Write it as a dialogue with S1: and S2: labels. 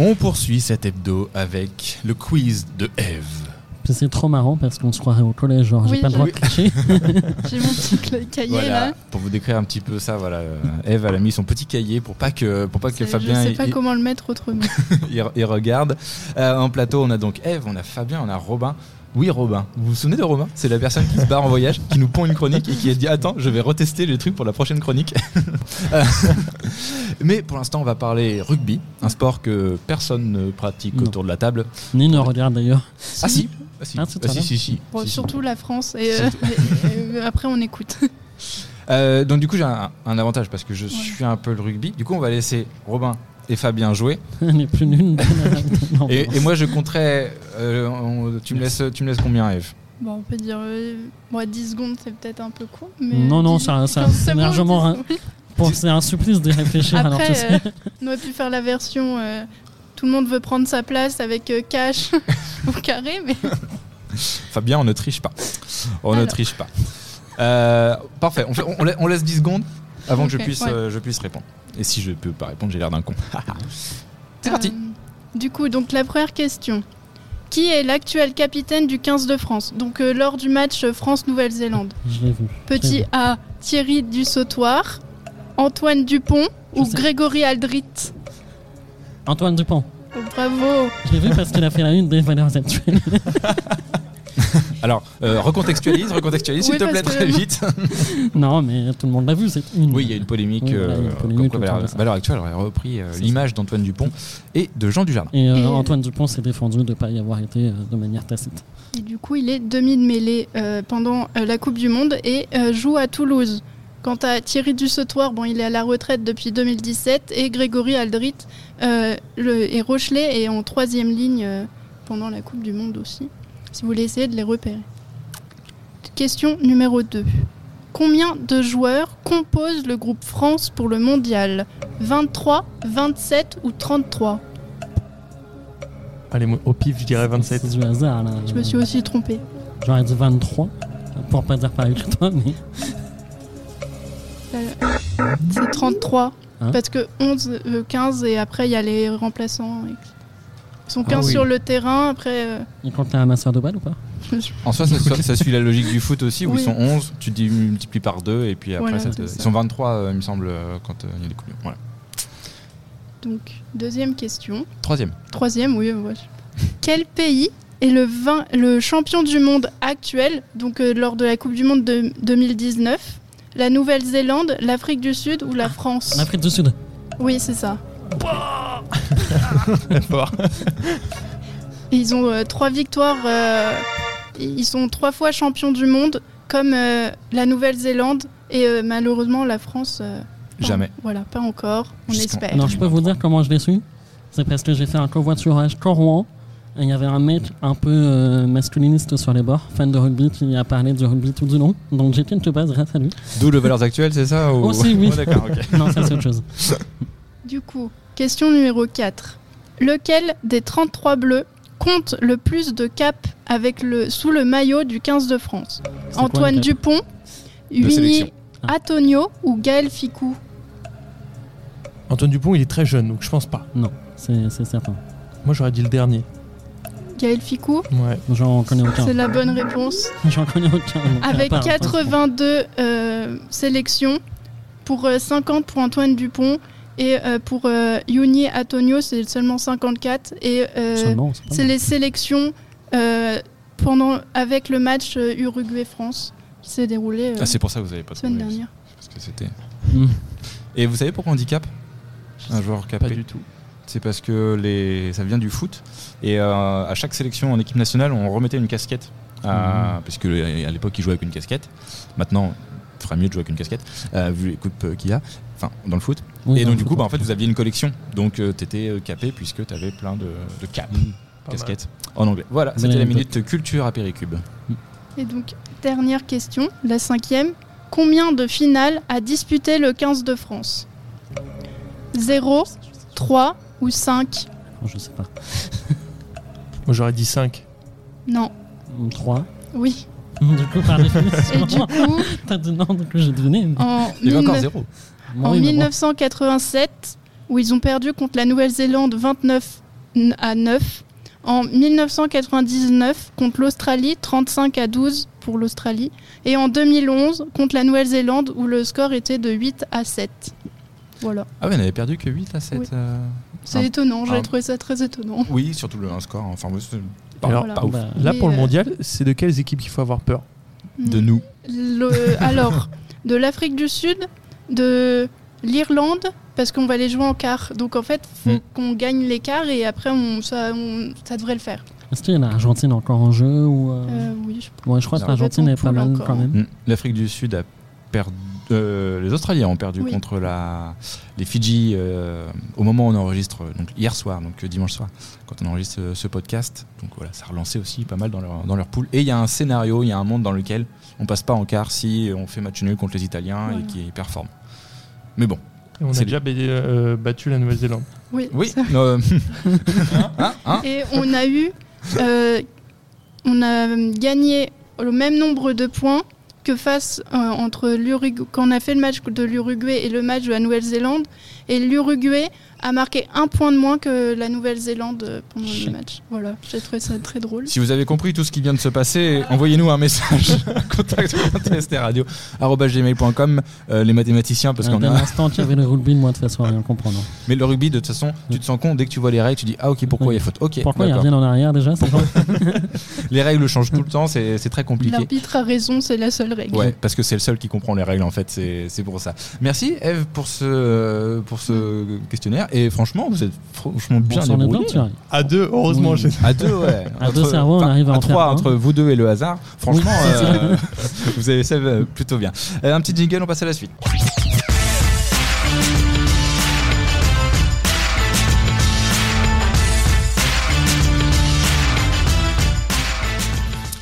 S1: On poursuit cet hebdo avec le quiz de Eve.
S2: Puis C'est trop marrant parce qu'on se croirait au collège, genre j'ai
S3: Oui,
S2: pas le droit de
S1: je-
S2: tricher.
S3: J'ai mon petit cla- cahier
S1: Voilà,
S3: là.
S1: pour vous décrire un petit peu ça, voilà, euh, Eve elle a mis son petit cahier pour pas que, pour pas que
S3: C'est-
S1: Fabien
S3: je sais pas
S1: il-
S3: comment le mettre autrement.
S1: il, il regarde. Euh, en plateau, on a donc Eve, on a Fabien, on a Robin. Oui, Robin. Vous vous souvenez de Robin C'est la personne qui se barre en voyage, qui nous pond une chronique et qui a dit Attends, je vais retester les trucs pour la prochaine chronique. Euh, Mais pour l'instant, on va parler rugby, un sport que personne ne pratique
S2: Non.
S1: autour de la table.
S2: Ni ne regarde d'ailleurs.
S1: Ah si Ah si,
S2: Ah, c'est
S1: Ah, si,
S2: toi,
S1: si, si.
S3: Bon,
S1: Si, si.
S3: surtout la France. Et, euh, et, euh, après, on écoute.
S1: Euh, donc du coup j'ai un, un avantage parce que je
S3: Ouais.
S1: suis un peu le rugby. Du coup on va laisser Robin et Fabien jouer.
S2: Elle est plus nulle. de la- non,
S1: Et,
S2: non.
S1: et moi je compterai... euh, on- tu, me laisses, tu me laisses combien Eve
S3: Bon, on peut dire. euh, bon, 10 secondes, c'est peut-être un peu court. Mais
S2: Non, non,
S3: 10,
S2: ça- ça-
S3: 15
S2: c'est
S3: secondes,
S2: largement
S3: 10.
S2: Bon, c'est un supplice de réfléchir alors que
S3: Après,
S2: c'est.
S3: euh, on aurait pu faire la version. euh, tout le monde veut prendre sa place avec euh, cash au carré, mais
S1: Fabien, on ne triche pas. On ne
S3: Alors.
S1: triche pas. Euh, parfait, on, fait- on- on la- on laisse 10 secondes avant que je
S3: Ok,
S1: puisse,
S3: ouais.
S1: euh, je puisse répondre. Et si je peux pas répondre, j'ai l'air d'un con. C'est parti.
S3: Euh, Du coup, donc la première question. Qui est l'actuel capitaine du 15 de France Donc euh, lors du match euh, France-Nouvelle-Zélande.
S2: Je l'ai vu.
S3: Petit A, Thierry Dussautoir, Antoine Dupont
S2: Je
S3: ou
S2: sais.
S3: Grégory Aldrit
S2: Antoine Dupont.
S3: Oh, Bravo
S2: Je l'ai vu parce qu'il a fait la une des valeurs actuelles.
S1: Alors, euh, recontextualise, recontextualise, s'il
S3: Oui,
S1: te plaît,
S3: parce que
S1: très
S3: non.
S1: vite.
S2: non, mais tout le monde l'a vu, c'est une.
S1: Oui, il y a une polémique.
S2: Oui, voilà, il y a une
S1: euh,
S2: polémique
S1: comme quoi
S2: autour
S1: Valeur,
S2: de ça.
S1: Valeur Actuelle aurait repris euh,
S2: C'est ça.
S1: l'image d'Antoine Dupont et de Jean Dujardin.
S2: Et, euh,
S3: Et-
S2: Antoine Dupont s'est défendu de ne pas y avoir été euh, de manière tacite.
S3: Et du coup, il est demi de mêlée euh, pendant euh, la Coupe du Monde et euh, joue à Toulouse. Quant à Thierry Dussautoir, bon, il est à la retraite depuis 2017 et Grégory Aldrit euh, le- et Rochelet est en troisième ligne euh, pendant la Coupe du Monde aussi, si vous voulez essayer de les repérer. Question numéro 2. Combien de joueurs composent le groupe France pour le mondial 23, 27 ou 33
S4: Allez, moi, au pif, je dirais 27.
S2: C'est du hasard là.
S3: Je me suis aussi trompée.
S2: J'aurais dit 23, pour pas dire pareil que toi, mais.
S3: C'est 33.
S2: Hein
S3: parce que 11, euh, 15 et après il y a les remplaçants. et- Ils sont
S1: Ah
S3: 15
S1: oui.
S3: sur le terrain, après. euh,
S2: Il compte la masseur de balle ou pas
S1: En soi, ça, ça- ça suit la logique du foot aussi, où
S3: Oui.
S1: ils sont 11, tu dis- multiplies par 2, et puis après,
S3: Voilà,
S1: ça te-
S3: c'est ça.
S1: ils sont 23, euh, il me semble, euh, quand euh, il y a des coupes. Voilà.
S3: donc, deuxième question.
S1: Troisième.
S3: Troisième, oui. ouais. Quel pays est le, 20 le champion du monde actuel, donc euh, lors de la Coupe du Monde de 2019 La Nouvelle-Zélande, l'Afrique du Sud ou
S1: Ah,
S3: la France
S2: L'Afrique du Sud.
S3: Oui, c'est ça.
S4: Fort.
S3: Et Ils ont euh, trois victoires. euh, ils sont trois fois champions du monde, comme euh, la Nouvelle-Zélande et euh, malheureusement la France. euh, pas-
S1: Jamais.
S3: Voilà, pas encore. On
S1: Jusqu'en-
S3: espère.
S2: Alors, je peux vous dire comment je l'ai su C'est parce que j'ai fait un covoiturage Rouen et il y avait un mec un peu euh, masculiniste sur les bords, fan de rugby, qui a parlé du rugby tout du long. Donc j'ai quelques bases grâce à lui.
S1: D'où le Valeurs Actuelles, c'est ça ou-
S2: Aussi, oui.
S1: Oh, D'accord, ok.
S2: Non, ça c'est autre chose.
S3: Du coup, question numéro 4. Lequel des 33 bleus compte le plus de capes avec le, sous le maillot du 15 de France
S2: C'est quoi,
S3: Antoine
S2: une cape
S3: Dupont,
S1: sélection.
S3: Uini
S2: Ah.
S3: Antonio ou Gaël Ficou
S4: Antoine Dupont, il est très jeune, donc je pense pas.
S2: Non, c'est c'est certain.
S4: Moi, j'aurais dit le dernier.
S3: Gaël Ficou,
S4: Ouais.
S2: J'en connais aucun.
S3: c'est la bonne réponse.
S2: J'en connais aucun. donc, à
S3: Avec
S2: part Antoine Dupont.
S3: 82 euh, sélections, pour euh, 50 pour Antoine Dupont et euh, pour euh, Yuni Antonio, c'est seulement 54. Et euh,
S2: Seulement, c'est pas
S3: c'est
S2: mal.
S3: les sélections euh, pendant, avec le match euh, Uruguay-France qui s'est déroulé euh,
S1: Ah, c'est pour ça que vous avez pas
S3: la
S1: trouvé.
S3: semaine dernière.
S1: Parce que c'était.
S2: Mm.
S1: Et vous savez pourquoi on dit cap Un joueur
S4: Pas
S1: capé.
S4: du tout.
S1: C'est parce que les... ça vient du foot. Et euh, à chaque sélection en équipe nationale, on remettait une casquette. à- Parce que euh, à l'époque, ils jouaient avec une casquette. Maintenant, il ferait mieux de jouer avec une casquette, euh, vu les coupes euh, qu'il y a. Enfin, dans le foot.
S2: Oui,
S1: et
S2: dans
S1: donc,
S2: le
S1: du coup,
S2: foot,
S1: bah,
S2: en
S1: en fait, vous aviez une collection. Donc, euh, t'étais euh, capé puisque t'avais plein de, de capes,
S2: Hmm.
S4: Pas
S1: casquettes en anglais. Voilà,
S2: Bonne
S1: c'était la
S2: anecdote.
S1: minute culture à Péricube.
S3: Et donc, dernière question, la cinquième. Combien de finales a disputé le 15 de France 0, 3 ou 5
S2: fait. Je sais pas.
S4: mal. Moi, j'aurais dit 5.
S3: Non,
S2: 3.
S3: oui.
S2: Hmm, Du coup, par
S3: Et du
S2: définition,
S3: coup,
S2: t'as dit non, du coup j'ai deviné.
S3: en
S1: Il y avait encore
S3: 1900
S1: zéro. Ah
S2: Bon,
S3: En
S2: oui, mais bon.
S3: 1987, où ils ont perdu contre la Nouvelle-Zélande 29 n- à 9. En 1999, contre l'Australie, 35 à 12 pour l'Australie. Et en 2011, contre la Nouvelle-Zélande, où le score était de 8 à 7. Voilà.
S1: Ah oui, on avait perdu que 8 à 7.
S3: Oui.
S1: euh,
S3: C'est
S1: Ah.
S3: étonnant, j'ai
S1: Ah.
S3: trouvé ça très étonnant.
S1: Oui, surtout le un score. hein. Enfin, oui, c'est pas,
S4: Alors,
S1: pas ouf.
S2: Bah,
S4: Là,
S3: Mais,
S4: pour le
S3: euh,
S4: mondial, c'est de quelles équipes qu'il faut avoir peur
S1: De nous.
S3: Le- alors, de l'Afrique du Sud, de l'Irlande, parce qu'on va les jouer en quart. Donc en fait, faut
S1: Mm.
S3: qu'on gagne les quarts et après, on, ça, on- ça devrait le faire.
S2: Est-ce qu'il y a l'Argentine encore en jeu ou,
S1: Ah
S2: euh,
S3: Euh, oui, je-
S2: ouais, je crois que
S1: Non.
S2: l'Argentine est pas
S3: Poule
S2: mal
S3: encore.
S2: quand même.
S1: Mm. L'Afrique du Sud a perdu. euh, les Australiens ont perdu
S3: Oui.
S1: contre la, les Fidji euh, au moment où on enregistre, euh, donc hier soir, donc euh, dimanche soir, quand on enregistre euh, ce podcast. Donc voilà, ça relançait aussi pas mal dans leur, dans leur poule. Et il y a un scénario, il y a un monde dans lequel on passe pas en quart si on fait match nul contre les Italiens et
S3: Voilà.
S1: qui performent. Mais bon,
S4: Et On a
S1: c'est
S4: déjà ba- euh, battu la Nouvelle-Zélande.
S3: oui.
S1: oui.
S3: ça-
S1: euh, hein, hein
S3: Et on a eu, euh, on a gagné le même nombre de points que face euh, entre l'Uruguay, quand on a fait le match de l'Uruguay et le match de la Nouvelle-Zélande, et l'Uruguay a marqué un point de moins que la Nouvelle-Zélande euh, pendant le
S2: Shit.
S3: match. Voilà, j'ai trouvé ça très drôle.
S1: Si vous avez compris tout ce qui vient de se passer, envoyez-nous un message. Contact radio gmail.com euh, les mathématiciens parce qu'on
S2: à
S1: a
S2: l'instant, tu avais le rugby, moi, de toute façon, à rien comprendre.
S1: Mais le rugby, de toute façon, tu te sens con dès que tu vois les règles, tu dis ah ok pourquoi il y a faute. Ok.
S2: Pourquoi ils
S1: d'accord.
S2: reviennent en arrière déjà c'est genre-
S1: Les règles changent tout le temps, c'est c'est très compliqué.
S3: L'arbitre a raison, c'est la seule règle.
S1: Ouais, parce que c'est le seul qui comprend les règles en fait, c'est c'est pour ça. Merci Eve pour ce euh, pour ce questionnaire et franchement vous êtes franchement bien
S2: On s'en est bien,
S1: débrouillés.
S2: tu vois.
S4: À deux, heureusement.
S2: Oui.
S4: je-
S1: À deux ouais.
S2: À
S1: Entre-
S2: deux cerveaux, on
S1: enfin,
S2: arrive à
S1: à
S2: en
S1: trois
S2: faire un.
S1: entre vous deux et le hasard. Franchement,
S2: Oui, c'est ça.
S1: euh, vous avez ça euh, plutôt bien. Euh, un petit jingle, on passe à la suite.